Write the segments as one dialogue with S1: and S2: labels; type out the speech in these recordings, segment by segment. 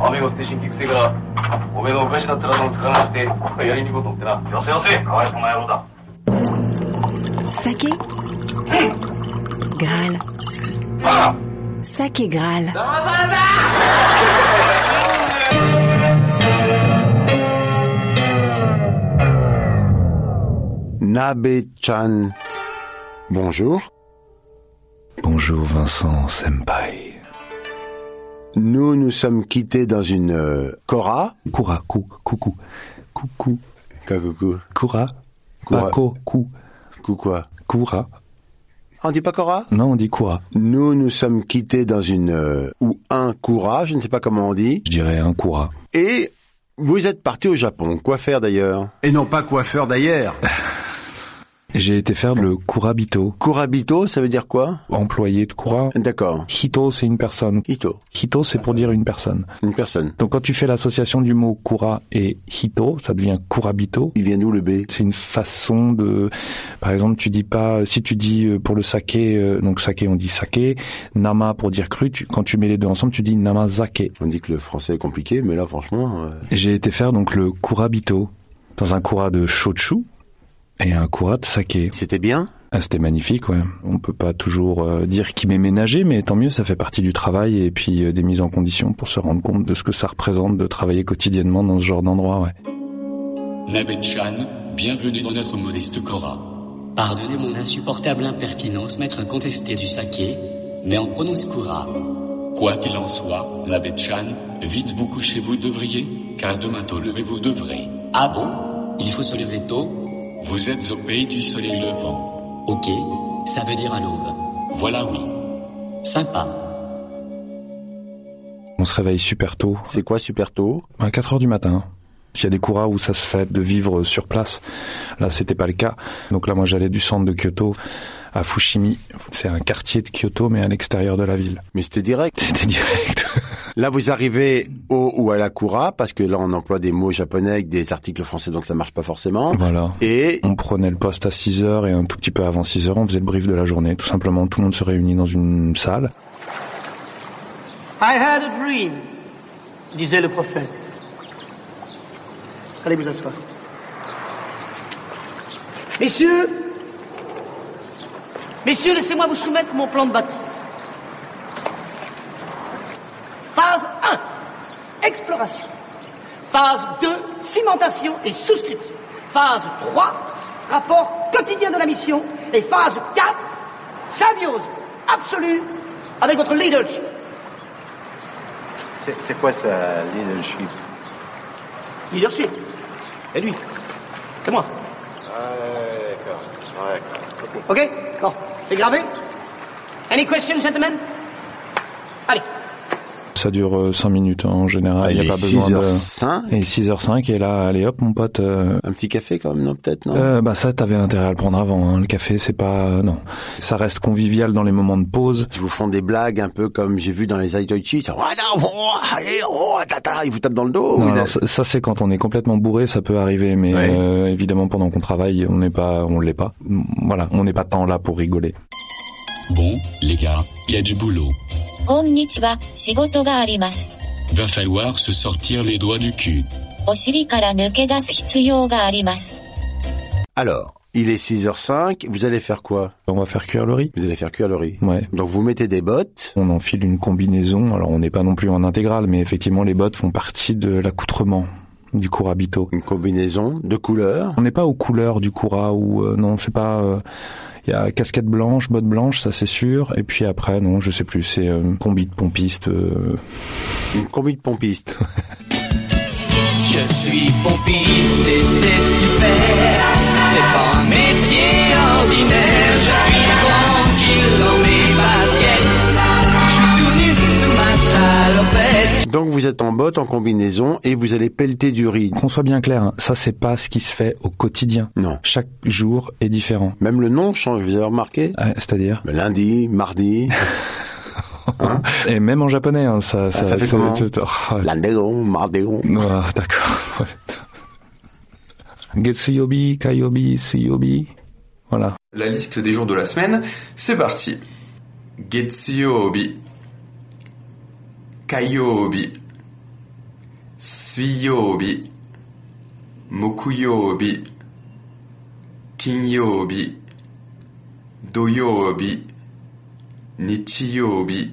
S1: 아미고 대신 깁스가 500원 회시나 들어서 들어갔을 때 연인이고 동태나 여세 여세 가만히 정말 해보다
S2: Saké Graal. Saké Graal.
S3: Nabe-chan. Bonjour.
S4: Bonjour Vincent Senpai.
S3: Nous nous sommes quittés dans une euh, Kora.
S4: Koura, cou, coucou. Coucou.
S3: Quoi, coucou
S4: Koura.
S3: Koura.
S4: Pas ko, cou.
S3: Coucou quoi
S4: Koura.
S3: On dit pas Kora
S4: Non, on dit Koura.
S3: Nous nous sommes quittés dans une euh, ou un Kora, je ne sais pas comment on dit.
S4: Je dirais un Koura.
S3: Et vous êtes parti au Japon. Quoi faire d'ailleurs Et non pas coiffeur d'ailleurs.
S4: J'ai été faire le Kurabito.
S3: Kurabito, ça veut dire quoi
S4: Employé de Koura.
S3: D'accord.
S4: Hito, c'est une personne.
S3: Ito,
S4: Hito, c'est pour dire une personne.
S3: une personne.
S4: Donc quand tu fais l'association du mot Koura et Hito, ça devient Kurabito.
S3: Il vient d'où le B
S4: C'est une façon de, par exemple, tu dis pas, si tu dis euh, pour le saké, euh, donc saké on dit saké, nama pour dire cru, tu- quand tu mets les deux ensemble, tu dis namazake.
S3: On dit que le français est compliqué, mais là franchement... euh,
S4: J'ai été faire donc le kurabito dans un kura de shochu et un kura de saké.
S3: C'était bien
S4: Ah, c'était magnifique, ouais. On peut pas toujours euh, dire qu'il m'est ménagé, mais tant mieux, ça fait partie du travail et puis euh, des mises en condition pour se rendre compte de ce que ça représente de travailler quotidiennement dans ce genre d'endroit, ouais.
S5: Nabet-chan, bienvenue dans notre modeste Cora.
S6: Pardonnez mon insupportable impertinence, maître incontesté du saké, mais on prononce Koura.
S5: Quoi qu'il en soit, Nabet-chan, vite vous couchez, vous devriez, car demain tôt levez-vous devrez.
S6: Ah bon Il faut se lever tôt
S5: Vous êtes au pays du soleil levant.
S6: Ok, ça veut dire à l'aube.
S5: Voilà oui.
S6: Sympa.
S4: On se réveille super tôt,
S3: C'est quoi super tôt
S4: à 4 heures du matin. Il y a des kuras où ça se fait de vivre sur place. Là, c'était pas le cas. Donc là, moi, j'allais du centre de Kyoto à Fushimi. C'est un quartier de Kyoto, mais à l'extérieur de la ville.
S3: Mais c'était direct.
S4: C'était direct.
S3: Là, vous arrivez au ou à la Kura, parce que là, on emploie des mots japonais avec des articles français, donc ça marche pas forcément.
S4: Voilà.
S3: Et
S4: On prenait le poste à 6h et un tout petit peu avant 6h, on faisait le brief de la journée. Tout simplement, tout le monde se réunit dans une salle.
S7: I had a dream, disait le prophète. Allez vous asseoir. Messieurs, messieurs, laissez-moi vous soumettre mon plan de bataille. Phase 1, exploration. Phase 2, cimentation et souscription. Phase 3, rapport quotidien de la mission. Et phase 4, symbiose absolue avec votre leadership.
S8: C'est c'est quoi ça, leadership
S7: Leadership. Et lui. C'est moi. Ok Bon, c'est gravé Any questions, gentlemen Allez.
S4: Ça dure 5 minutes hein, en général.
S3: Ah,
S4: Il
S3: il
S4: n'y
S3: est
S4: a pas besoin de...
S3: 6h05.
S4: Et 6h05 et là, allez hop mon pote. euh,
S3: un petit café quand même, non Peut-être, non
S4: euh, bah ça, t'avais intérêt à le prendre avant. hein. Le café, c'est pas... euh, non. Ça reste convivial dans les moments de pause.
S3: Ils vous font des blagues un peu comme j'ai vu dans les Aitoichi. Ils sont, Ah, non, oh, allez, oh, tata, ils vous tapent dans le dos.
S4: Non,
S3: Oui,
S4: alors, ça, ça, c'est quand on est complètement bourré, ça peut arriver, mais
S3: Oh, Ouais.
S4: euh, évidemment pendant qu'on travaille, on n'est pas, on l'est pas. Voilà, on n'est pas tant là pour rigoler.
S5: Bon, les gars, il y a du boulot.
S9: こんにちは、仕事があります。
S5: Va falloir se sortir les doigts du cul.
S9: お尻から抜け出す必要があります。
S3: Alors, il est 6h05, vous allez faire quoi
S4: On va faire cuire le riz.
S3: Vous allez faire cuire le riz.
S4: Ouais.
S3: Donc vous mettez des bottes,
S4: On enfile une combinaison, alors on n'est pas non plus en intégrale, mais effectivement les bottes font partie de l'accoutrement du kurabito.
S3: une combinaison de couleurs.
S4: On n'est pas aux couleurs du kura ou euh, non, c'est pas. euh, Il y a casquette blanche, bottes blanches, ça c'est sûr. Et puis après, non, je sais plus, c'est euh, combi de pompiste. euh,
S3: Une combi de pompistes.
S10: Je suis pompiste et c'est super. C'est pas un métier ordinaire. Je suis
S3: Donc vous êtes en botte, en combinaison, et vous allez pelleter du riz.
S4: Qu'on soit bien clair, hein, ça c'est pas ce qui se fait au quotidien.
S3: Non.
S4: Chaque jour est différent.
S3: Même le nom change, vous avez remarqué
S4: Ah, C'est-à-dire
S3: Le Lundi, mardi, Hein
S4: Et même en japonais, hein, ça,
S3: Ah, ça fait comment
S4: tout- oh,
S3: landéon, mardéon.
S4: Ah, d'accord. Getsuyobi, Kayobi, Suyobi. Voilà.
S11: La liste des jours de la semaine, c'est parti. Getsuyobi. Kayobi. Suiyobi. Mokuyobi. Kinyobi. Doyobi. Nichiyobi.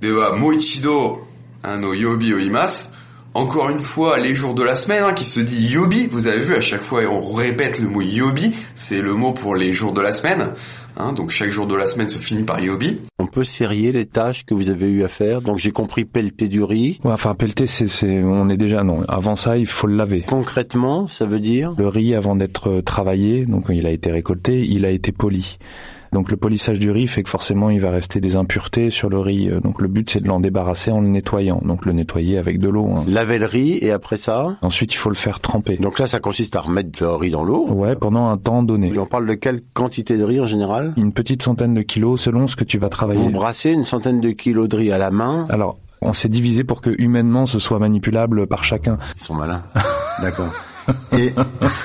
S11: では、もう一度、あの、yobi を言います。Encore une fois, les jours de la semaine, hein, qui se dit yobi, vous avez vu, à chaque fois, on répète le mot yobi, c'est le mot pour les jours de la semaine. hein, donc chaque jour de la semaine se finit par yobi.
S3: On peut serrer les tâches que vous avez eu à faire. Donc j'ai compris pelleter du riz.
S4: Ouais, enfin, pelleter, c'est, c'est, on est déjà, non. Avant ça, il faut le laver.
S3: Concrètement, ça veut dire
S4: Le riz, avant d'être euh, travaillé, donc il a été récolté, il a été poli. Donc le polissage du riz fait que forcément il va rester des impuretés sur le riz. Euh, Donc le but c'est de l'en débarrasser en le nettoyant. Donc le nettoyer avec de l'eau. hein.
S3: laver le riz et après ça.
S4: Ensuite il faut le faire tremper.
S3: Donc là, ça consiste à remettre le riz dans l'eau.
S4: Ouais, pendant un temps donné.
S3: Et on parle de quelle quantité de riz en général
S4: Une petite centaine de kilos selon ce que tu vas travailler.
S3: Vous brassez une centaine de kilos de riz à la main.
S4: Alors on s'est divisé pour que humainement ce soit manipulable par chacun.
S3: Ah, Ils sont malins. D'accord. Et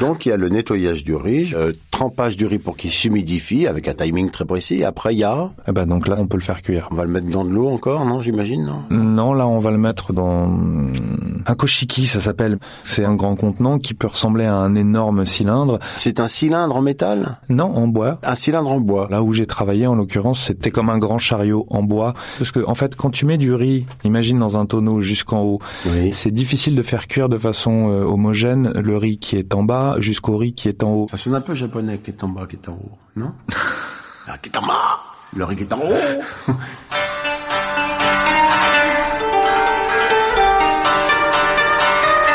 S3: donc il y a le nettoyage du riz, le trempage du riz pour qu'il s'humidifie avec un timing très précis. Et après il y a,
S4: Eh ben donc là on peut le faire cuire.
S3: on va le mettre dans de l'eau encore, non J'imagine, non
S4: Non, là on va le mettre dans un koshiki, ça s'appelle. C'est un grand contenant qui peut ressembler à un énorme cylindre.
S3: C'est un cylindre en métal,
S4: Non, en bois.
S3: un cylindre en bois.
S4: Là où j'ai travaillé, en l'occurrence, c'était comme un grand chariot en bois. Parce que, en fait, quand tu mets du riz, imagine dans un tonneau jusqu'en haut,
S3: Oui.
S4: c'est difficile de faire cuire de façon euh, homogène le riz qui est en bas jusqu'au riz qui est en haut.
S3: Ça sonne un peu japonais, qui est en bas, qui est en haut, non Ah, Qui est en bas Le riz qui est en haut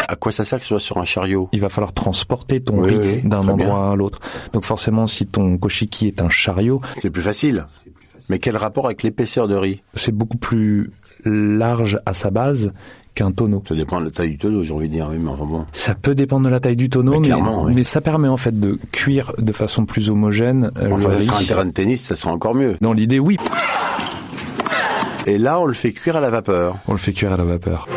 S3: À quoi ça sert que ce soit sur un chariot
S4: Il va falloir transporter ton
S3: Oui,
S4: riz
S3: oui,
S4: d'un
S3: très
S4: endroit
S3: bien.
S4: à l'autre. Donc forcément, si ton koshiki est un chariot,
S3: C'est plus facile. Mais quel rapport avec l'épaisseur de riz
S4: c'est beaucoup plus large à sa base qu'un tonneau.
S3: Ça dépend de la taille du tonneau, j'ai envie de dire, oui, mais enfin bon.
S4: Ça peut dépendre de la taille du tonneau,
S3: Mais
S4: mais,
S3: clairement, oui.
S4: mais ça permet en fait de cuire de façon plus homogène euh,
S3: Enfin, ça
S4: le riz.
S3: sera un terrain de tennis, ça sera encore mieux.
S4: Dans l'idée, oui,
S3: Et là, on le fait cuire à la vapeur.
S4: on le fait cuire à la vapeur.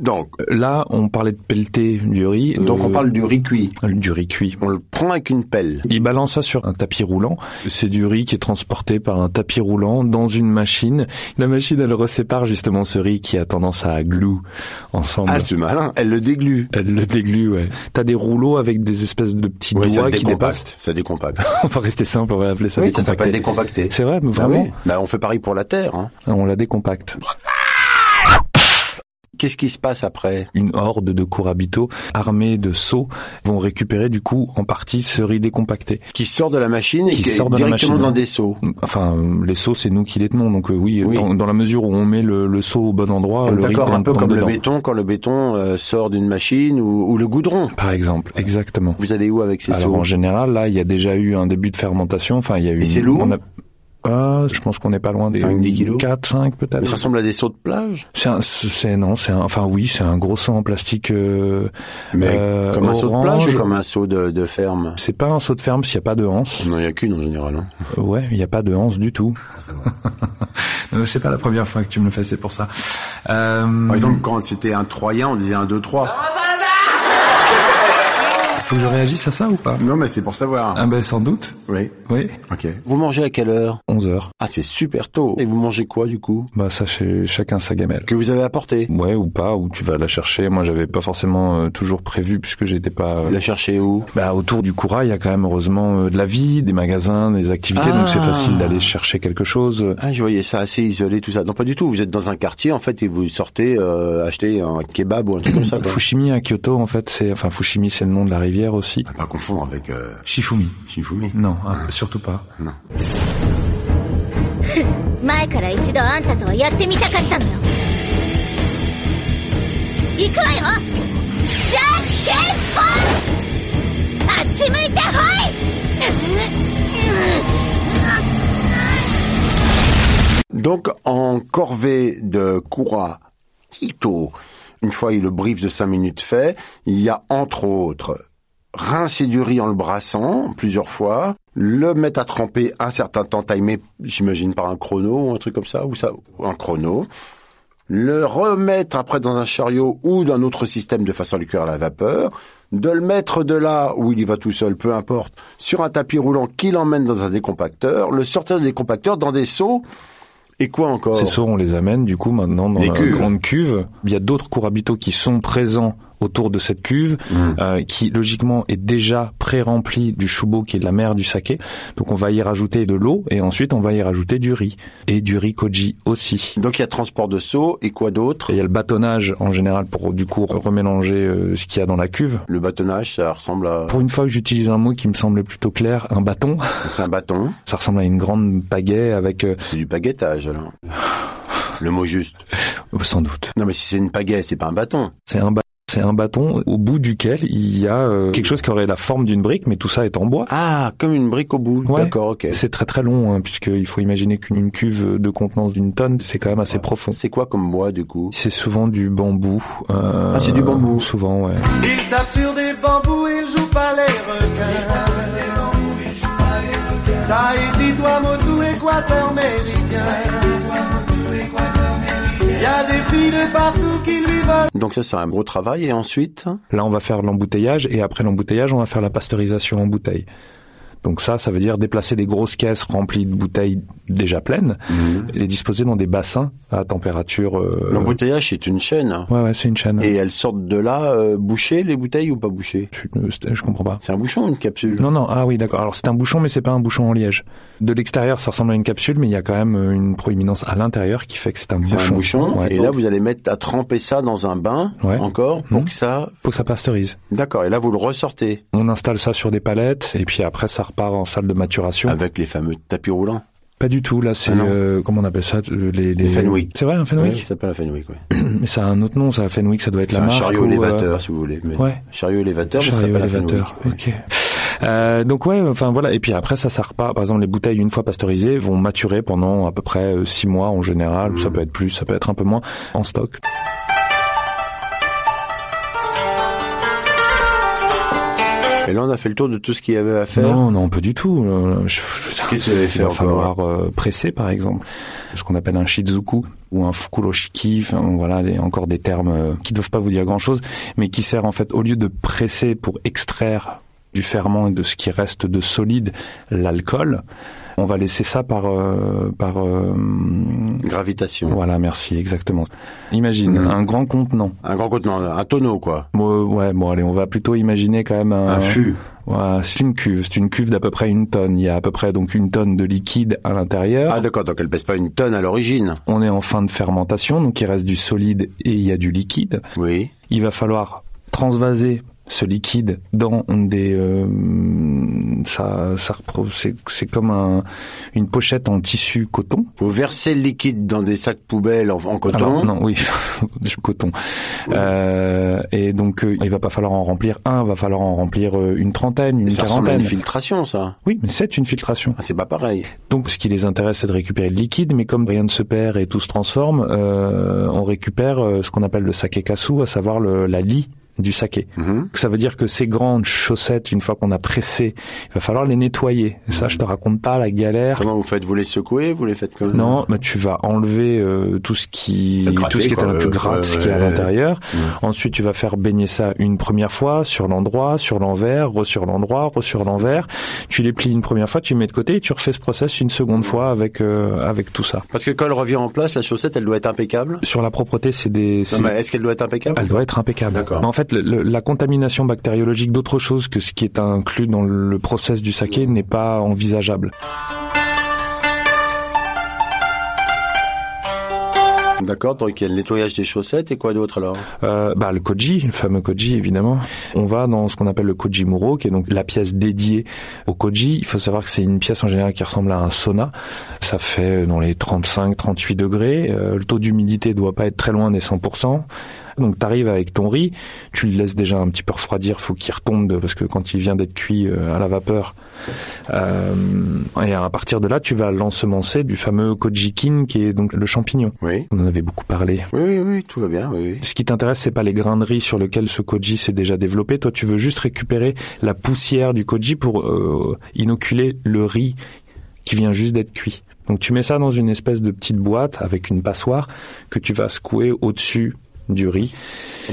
S3: Donc,
S4: Euh, Là, on parlait de pelleter du riz.
S3: donc
S4: Euh,
S3: on parle du riz cuit.
S4: du riz cuit.
S3: On le prend avec une pelle.
S4: Il balance ça sur un tapis roulant. C'est du riz qui est transporté par un tapis roulant dans une machine. La machine, elle resépare justement ce riz qui a tendance à glue ensemble.
S3: Ah, c'est malin. Elle le déglue.
S4: elle le déglue, ouais. T'as des rouleaux avec des espèces de petits
S3: Oui, ça
S4: doigts
S3: le
S4: qui dépassent.
S3: décompacte. Ça décompacte.
S4: On va rester simple, on va appeler ça
S3: oui, ça
S4: décompacté.
S3: s'appelle décompacté.
S4: C'est vrai, mais
S3: Ah
S4: vraiment,
S3: oui. Bah, on fait pareil pour la terre. hein.
S4: on la décompacte.
S3: Qu'est-ce qui se passe après
S4: Une horde de kurabito armés de seaux vont récupérer du coup en partie ce riz décompacté.
S3: Qui sort de la machine et
S4: Qui
S3: qui est
S4: sort de la
S3: directement
S4: machine. hein.
S3: dans des seaux.
S4: Enfin, euh, les seaux, c'est nous qui les tenons. Donc euh, oui,
S3: Oui.
S4: Dans, dans la mesure où on met le, le seau au bon endroit, Oh, le riz
S3: D'accord, un
S4: tombe-
S3: peu
S4: tombe
S3: comme
S4: dedans.
S3: le béton quand le béton euh, sort d'une machine ou, ou le goudron.
S4: Par exemple, exactement.
S3: Vous allez où avec ces
S4: Alors en
S3: seaux
S4: général, là, il y a déjà eu un début de fermentation. Enfin, il y a eu.
S3: Et c'est lourd
S4: on a- Ah, je pense qu'on n'est pas loin des
S3: 5, 10 kilos
S4: 4, 5 peut-être.
S3: Mais ça ressemble à des seaux de plage,
S4: C'est un- c'est non, c'est un- enfin oui, c'est un gros seau en plastique euh,
S3: mais
S4: euh,
S3: comme un seau de
S4: orange.
S3: plage ou comme Mm. un seau de, de ferme.
S4: C'est pas un seau de ferme s'il n'y a pas de hanse.
S3: Non, il n'y a qu'une en général. hein.
S4: Ouais, il n'y a pas de hanse du tout.
S3: Ah,
S4: Non, c'est pas la première fois que tu me le fais, c'est pour ça. Euh,
S3: Par exemple, quand c'était un Troyen, on disait un 2-3.
S4: faut que je réagisse à ça ou pas
S3: Non, mais c'est pour savoir.
S4: Ah ben sans doute.
S3: Oui.
S4: Oui.
S3: Ok. Vous mangez à quelle heure
S4: 11 heures.
S3: Ah, c'est super tôt. Et vous mangez quoi du coup
S4: Bah ça, c'est chacun sa gamelle.
S3: Que vous avez apporté
S4: Ouais ou pas, ou tu vas la chercher. Moi, j'avais pas forcément euh, toujours prévu puisque j'étais pas. euh,
S3: Vous la cherchez où
S4: Bah, autour du Koura, il y a quand même heureusement euh, de la vie, des magasins, des activités,
S3: Ah.
S4: donc c'est facile d'aller chercher quelque chose.
S3: Ah, je voyais ça assez isolé, tout ça. Non, pas du tout. Vous êtes dans un quartier, en fait, et vous sortez euh, acheter un kebab ou un truc comme ça. Quoi.
S4: Fushimi à Kyoto, en fait, c'est enfin Fushimi, c'est le nom de la rivière aussi.
S3: À pas confondre avec euh,
S4: Shifumi.
S3: Shifumi.
S4: Non, ah, surtout pas.
S12: 前から一度あんたとはやってみたかったのよ行くわよじゃんけんぽんあっち向いて
S3: Donc, en corvée de Kura Ito, une fois le brief de 5 minutes fait, il y a entre autres rincer du riz en le brassant plusieurs fois, le mettre à tremper un certain temps timé, j'imagine par un chrono ou un truc comme ça, ou ça, ou un chrono, le remettre après dans un chariot ou dans un autre système de façon à le cuire à la vapeur, de le mettre de là où il y va tout seul, peu importe, sur un tapis roulant qui l'emmène dans un décompacteur, le sortir du décompacteur dans des seaux, et quoi encore
S4: Ces seaux, on les amène du coup maintenant dans
S3: Des
S4: la
S3: cuves.
S4: grande cuve. Il y a d'autres courabitaux qui sont présents autour de cette cuve,
S3: Mm.
S4: euh, qui logiquement est déjà pré-remplie du choubo qui est de la mer du saké. Donc on va y rajouter de l'eau et ensuite on va y rajouter du riz et du riz koji aussi.
S3: Donc il y a transport de seaux et quoi d'autre
S4: Il y a le bâtonnage en général pour du coup remélanger euh, ce qu'il y a dans la cuve.
S3: Le bâtonnage, ça ressemble à...
S4: Pour une fois que j'utilise un mot qui me semblait plutôt clair, un bâton.
S3: C'est un bâton.
S4: Ça ressemble à une grande pagaie avec... euh,
S3: C'est du baguettage, alors. Le mot juste.
S4: sans doute.
S3: Non, mais si c'est une pagaie, c'est pas un bâton.
S4: C'est un, ba- c'est un bâton au bout duquel il y a euh, quelque chose qui aurait la forme d'une brique, mais tout ça est en bois.
S3: Ah, comme une brique au bout.
S4: Ouais.
S3: D'accord, ok.
S4: C'est très très long, hein, puisqu'il faut imaginer qu'une cuve de contenance d'une tonne, c'est quand même assez profond.
S3: C'est quoi comme bois, du coup
S4: C'est souvent du bambou. euh,
S3: Ah, c'est du bambou.
S4: Souvent, ouais.
S10: Il tape sur des bambous, il joue pas les requins. Tahiti, Tuamotu, Équateur méridien. Y a des filles de partout qui lui volent.
S3: Donc ça, c'est un gros travail. Et ensuite
S4: Là, on va faire l'embouteillage, et après l'embouteillage, on va faire la pasteurisation en bouteille. Donc ça, ça veut dire déplacer des grosses caisses remplies de bouteilles déjà pleines et les disposer dans des bassins à température. euh,
S3: Mhm. L'embouteillage, c'est une chaîne. hein.
S4: Ouais, ouais, c'est une chaîne.
S3: Et elles sortent de là euh, bouchées, les bouteilles, ou pas bouchées
S4: Je, je comprends pas.
S3: C'est un bouchon, une capsule
S4: Non, non, ah oui, d'accord. Alors c'est un bouchon, mais c'est pas un bouchon en liège. De l'extérieur, ça ressemble à une capsule, mais il y a quand même euh, une proéminence à l'intérieur qui fait que c'est un
S3: C'est
S4: bouchon.
S3: un bouchon.
S4: Ouais.
S3: et là, vous allez mettre à tremper ça dans un bain,
S4: Ouais.
S3: encore, pour
S4: Mhm.
S3: que ça...
S4: Faut que ça pasteurise.
S3: D'accord. Et là, vous le ressortez
S4: On installe ça sur des palettes, et puis après, ça repart en salle de maturation.
S3: avec les fameux tapis roulants.
S4: Pas du tout, là, c'est,
S3: ben. Ah non.
S4: euh, comment on appelle ça, euh, les, les...
S3: Les Fenwick.
S4: C'est vrai, un
S3: Oui, ça
S4: Fenwick?
S3: s'appelle un Fenwick, ouais.
S4: Mais ça a un autre nom, ça, Fenwick, ça doit être
S3: C'est
S4: la
S3: un
S4: marque.
S3: chariot
S4: ou, euh,
S3: élévateur, si vous voulez. mais-
S4: Ouais.
S3: Chariot élévateur, mais ça
S4: Chariot
S3: s'appelle un
S4: élévateur.
S3: Fenwick, ouais.
S4: Ok. Euh, donc ouais, enfin voilà. Et puis après, ça sert pas. Par exemple, les bouteilles une fois pasteurisées vont maturer pendant à peu près euh, six mois en général.
S3: Mm.
S4: Ça peut être plus, ça peut être un peu moins en stock.
S3: Et là, on a fait le tour de tout ce qu'il y avait à faire.
S4: Non, non, pas du tout. Euh, je- je-
S3: Qu'est-ce que vous avez fait
S4: Il va
S3: encore
S4: falloir euh, presser, par exemple, ce qu'on appelle un shizuku ou un fukuroshiki. Enfin, voilà, les- encore des termes euh, qui ne doivent pas vous dire grand-chose, mais qui sert en fait au lieu de presser pour extraire du ferment et de ce qui reste de solide l'alcool, on va laisser ça par euh, par euh,
S3: Gravitation.
S4: voilà, merci, exactement. Imagine
S3: Mhm.
S4: un grand contenant.
S3: Un grand contenant, un tonneau, quoi.
S4: Bon, euh, ouais, bon, allez, on va plutôt imaginer quand même
S3: Un fût.
S4: Ouais, c'est une cuve, c'est une cuve d'à peu près une tonne. Il y a à peu près donc une tonne de liquide à l'intérieur.
S3: Ah, d'accord, donc elle pèse pas une tonne à l'origine.
S4: On est en fin de fermentation, donc il reste du solide et il y a du liquide.
S3: Oui.
S4: Il va falloir transvaser ce liquide dans des euh, ça ça repro- c'est c'est comme un, une pochette en tissu coton.
S3: Vous versez le liquide dans des sacs poubelles en, en coton.
S4: Alors, Ah bah non, oui, je coton. Euh, et donc euh, il va pas falloir en remplir un, va falloir en remplir euh, une trentaine, une
S3: Et ça ressemble à
S4: quarantaine.
S3: une filtration, ça.
S4: Oui, mais c'est une filtration.
S3: Ah, c'est pas pareil.
S4: Donc, ce qui les intéresse, c'est de récupérer le liquide, mais comme rien ne se perd et tout se transforme, euh, on récupère euh, ce qu'on appelle le saké kasu, à savoir le- la lie du saké.
S3: Mhm.
S4: Donc, Ça veut dire que ces grandes chaussettes, une fois qu'on a pressé, il va falloir les nettoyer. Et ça, je te raconte pas la galère.
S3: Comment vous faites Vous les secouez Vous les faites comme
S4: Non, bah, tu vas enlever euh, tout ce qui,
S3: Le gratter,
S4: tout ce qui est à
S3: quoi,
S4: l'intérieur, tu
S3: euh,
S4: grattes
S3: ouais,
S4: ce qui est à
S3: ouais, Mm.
S4: l'intérieur.
S3: ouais.
S4: Ensuite, tu vas faire baigner ça une première fois sur l'endroit, sur l'envers, re sur l'endroit, re sur l'envers. Tu les plies une première fois, tu les mets de côté et tu refais ce process une seconde fois avec euh, avec tout ça.
S3: Parce que quand elle revient en place, la chaussette, elle doit être impeccable.
S4: Sur la propreté, c'est des
S3: Non,
S4: c'est-
S3: mais est-ce qu'elle doit être impeccable
S4: elle doit être impeccable.
S3: D'accord.
S4: Mais en fait, le- le- la contamination bactériologique d'autre chose que ce qui est inclus dans le process du saké
S3: Mm.
S4: n'est pas envisageable.
S3: Ah, D'accord, donc il y a le nettoyage des chaussettes et quoi d'autre alors
S4: Euh, bah, le koji, le fameux koji évidemment. On va dans ce qu'on appelle le koji muro, qui est donc la pièce dédiée au koji. Il faut savoir que c'est une pièce en général qui ressemble à un sauna. Ça Euh, fait dans les 35-38 degrés. Euh, le taux d'humidité doit pas être très loin des 100%. Donc t'arrives avec ton riz, tu le laisses déjà un petit peu refroidir, faut qu'il retombe de, parce que quand il vient d'être cuit euh, à la vapeur. Euh, et à partir de là, tu vas l'ensemencer du fameux kojikin qui est donc le champignon.
S3: Oui.
S4: On en avait beaucoup parlé.
S3: Oui, oui, oui tout va bien. Oui, oui.
S4: Ce qui t'intéresse, c'est pas les grains de riz sur lesquels ce koji s'est déjà développé. Toi, tu veux juste récupérer la poussière du koji pour euh, inoculer le riz qui vient juste d'être cuit. Donc tu mets ça dans une espèce de petite boîte avec une passoire que tu vas secouer au-dessus du riz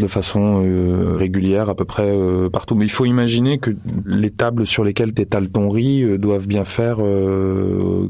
S4: de façon euh, régulière à peu près euh, partout. Mais il faut imaginer que les tables sur lesquelles t'étales ton riz euh, doivent bien faire 3-4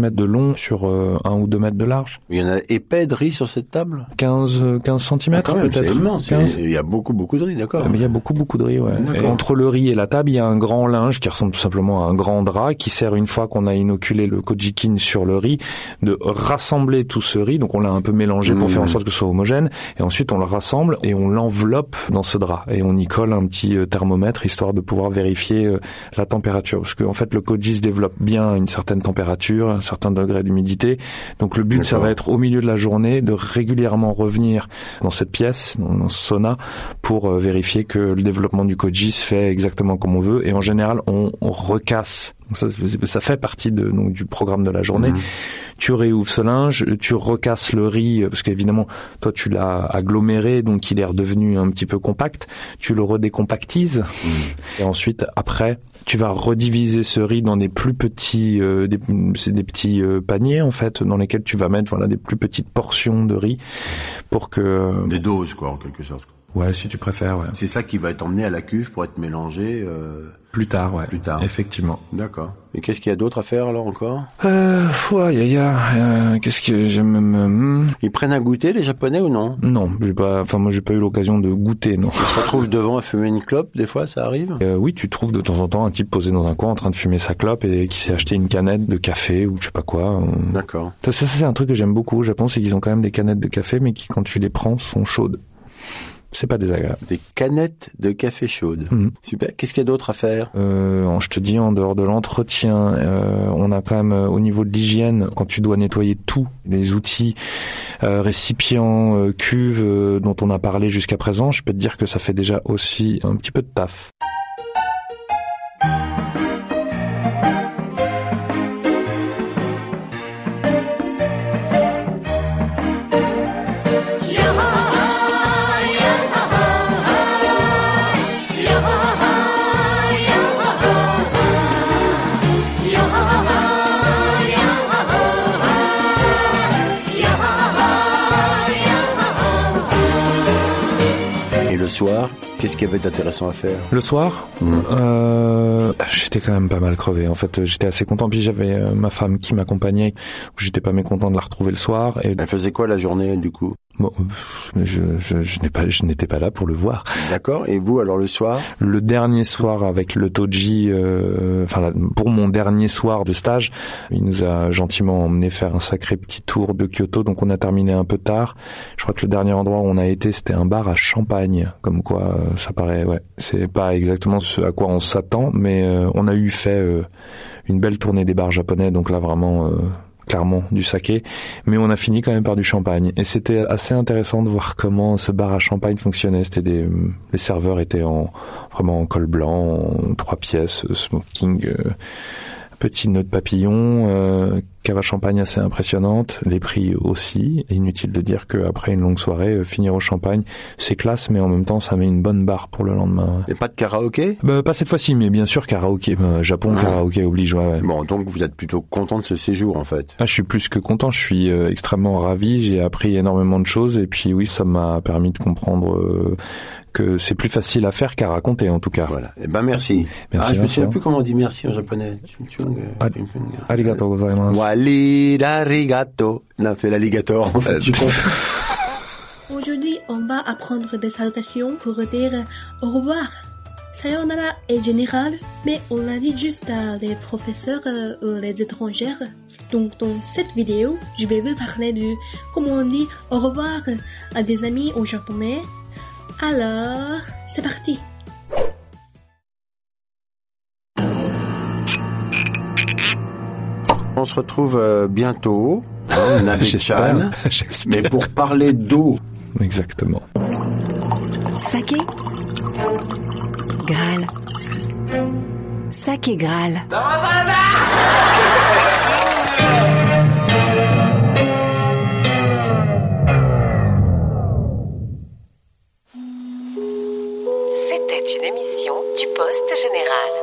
S4: mètres de long sur 1 ou 2 mètres de large.
S3: Il y en a épais de riz sur cette table
S4: 15, 15 cm ah, peut-être Ah,
S3: Il y a beaucoup, beaucoup de riz, d'accord.
S4: Mais il y a beaucoup, beaucoup de riz, ouais. Et entre le riz et la table, il y a un grand linge qui ressemble tout simplement à un grand drap qui sert, une fois qu'on a inoculé le kojikin sur le riz, de rassembler tout ce riz. Donc on l'a un peu mélangé pour mmh. faire en sorte que ce soit homogène. Et ensuite, on le rassemble et on l'enveloppe dans ce drap. Et on y colle un petit euh, thermomètre histoire de pouvoir vérifier euh, la température. Parce qu'en en fait, le koji se développe bien à une certaine température un certain degré d'humidité. Donc le but, ça va être au milieu de la journée de régulièrement revenir dans cette pièce, dans ce sauna, pour euh, vérifier que le développement du koji se fait exactement comme on veut. Et en général, on, on recasse. Donc, ça, ça, fait partie de, donc, du programme de la journée. Mmh. Tu réouvres ce linge, tu recasses le riz, parce qu'évidemment, toi, tu l'as aggloméré, donc il est redevenu un petit peu compact. Tu le redécompactises. Mmh. Et ensuite, après, tu vas rediviser ce riz dans des plus petits euh, des, c'est des petits euh, paniers en fait dans lesquels tu vas mettre voilà des plus petites portions de riz pour que euh,
S3: des doses quoi en quelque sorte
S4: ouais si tu préfères ouais.
S3: c'est ça qui va être emmené à la cuve pour être mélangé euh...
S4: Plus tard, ouais.
S3: Plus tard.
S4: Effectivement.
S3: D'accord. Et qu'est-ce qu'il y a d'autre à faire alors encore
S4: Euh, ouais, y a, euh, qu'est-ce que j'aime
S3: Ils prennent un goûter les Japonais ou non
S4: hmm. Non, j'ai pas. Enfin, moi, j'ai pas eu l'occasion de goûter, non.
S3: Ils se retrouvent devant à fumer une clope des fois, ça arrive
S4: euh, Oui, tu trouves de temps en temps un type posé dans un coin en train de fumer sa clope et qui s'est acheté une canette de café ou je sais pas quoi. On...
S3: D'accord.
S4: Ça, ça c'est un truc que j'aime beaucoup au Japon, c'est qu'ils ont quand même des canettes de café, mais qui quand tu les prends sont chaudes c'est pas désagréable.
S3: Des canettes de café chaude.
S4: Mmh.
S3: Super. Qu'est-ce qu'il y a d'autre à faire
S4: euh, Je te dis, en dehors de l'entretien, euh, on a quand même euh, au niveau de l'hygiène, quand tu dois nettoyer tout, les outils, euh, récipients, euh, cuves dont on a parlé jusqu'à présent, je peux te dire que ça fait déjà aussi un petit peu de taf.
S3: soir, qu'est-ce qu'il y avait d'intéressant à faire
S4: Le soir, mmh. euh, j'étais quand même pas mal crevé. En fait, j'étais assez content. Puis j'avais euh, ma femme qui m'accompagnait. J'étais pas mécontent de la retrouver le soir. Et...
S3: Elle faisait quoi la journée du coup
S4: Bon, je, je, je n'ai pas, je n'étais pas là pour le voir.
S3: D'accord. Et vous alors le soir
S4: Le dernier soir avec le Toji, euh, enfin pour mon dernier soir de stage, il nous a gentiment emmené faire un sacré petit tour de Kyoto. Donc on a terminé un peu tard. Je crois que le dernier endroit où on a été, c'était un bar à champagne. Comme quoi, euh, ça paraît, ouais, c'est pas exactement ce à quoi on s'attend, mais euh, on a eu fait une belle tournée des bars japonais. Donc là vraiment euh, clairement du saké, mais on a fini quand même par du champagne. Et c'était assez intéressant de voir comment ce bar à champagne fonctionnait. C'était des les serveurs étaient en vraiment en col blanc, en trois pièces, smoking, euh, petit nœud de papillon, euh, cave à champagne assez impressionnante, les prix aussi. Inutile de dire qu'après une longue soirée, euh, finir au champagne, c'est classe, mais en même temps, ça met une bonne barre pour le lendemain.
S3: Et pas de karaoké
S4: bah, Pas cette fois-ci, mais bien sûr, karaoké. Bah, Japon, ah. karaoké oblige. Ouais, ouais.
S3: Bon, donc vous êtes plutôt content de ce séjour, en fait
S4: ah, Je suis plus que content, je suis euh, extrêmement ravi, j'ai appris énormément de choses, et puis oui, ça m'a permis de comprendre... Euh, que c'est plus facile à faire qu'à raconter en tout cas.
S3: Voilà. Eh ben merci. merci ah, je me souviens plus comment on dit merci en japonais. euh,
S4: Arigato gozaimasu.
S3: Ouais. L'arigato. Non, c'est l'alligator, en fait.
S13: Aujourd'hui, on va apprendre des salutations pour dire au revoir. Sayonara est général, mais on l'a dit juste à des professeurs euh, ou les étrangères. Donc, dans cette vidéo, je vais vous parler de comment on dit au revoir à des amis au japonais. Alors, c'est parti!
S3: On se euh,
S4: Bah
S3: retrouve bientôt, hein, Nabe-chan, mais pour parler d'eau.
S4: Exactement.
S14: Saké Graal. Saké Graal.
S13: C'était une émission du Poste Général.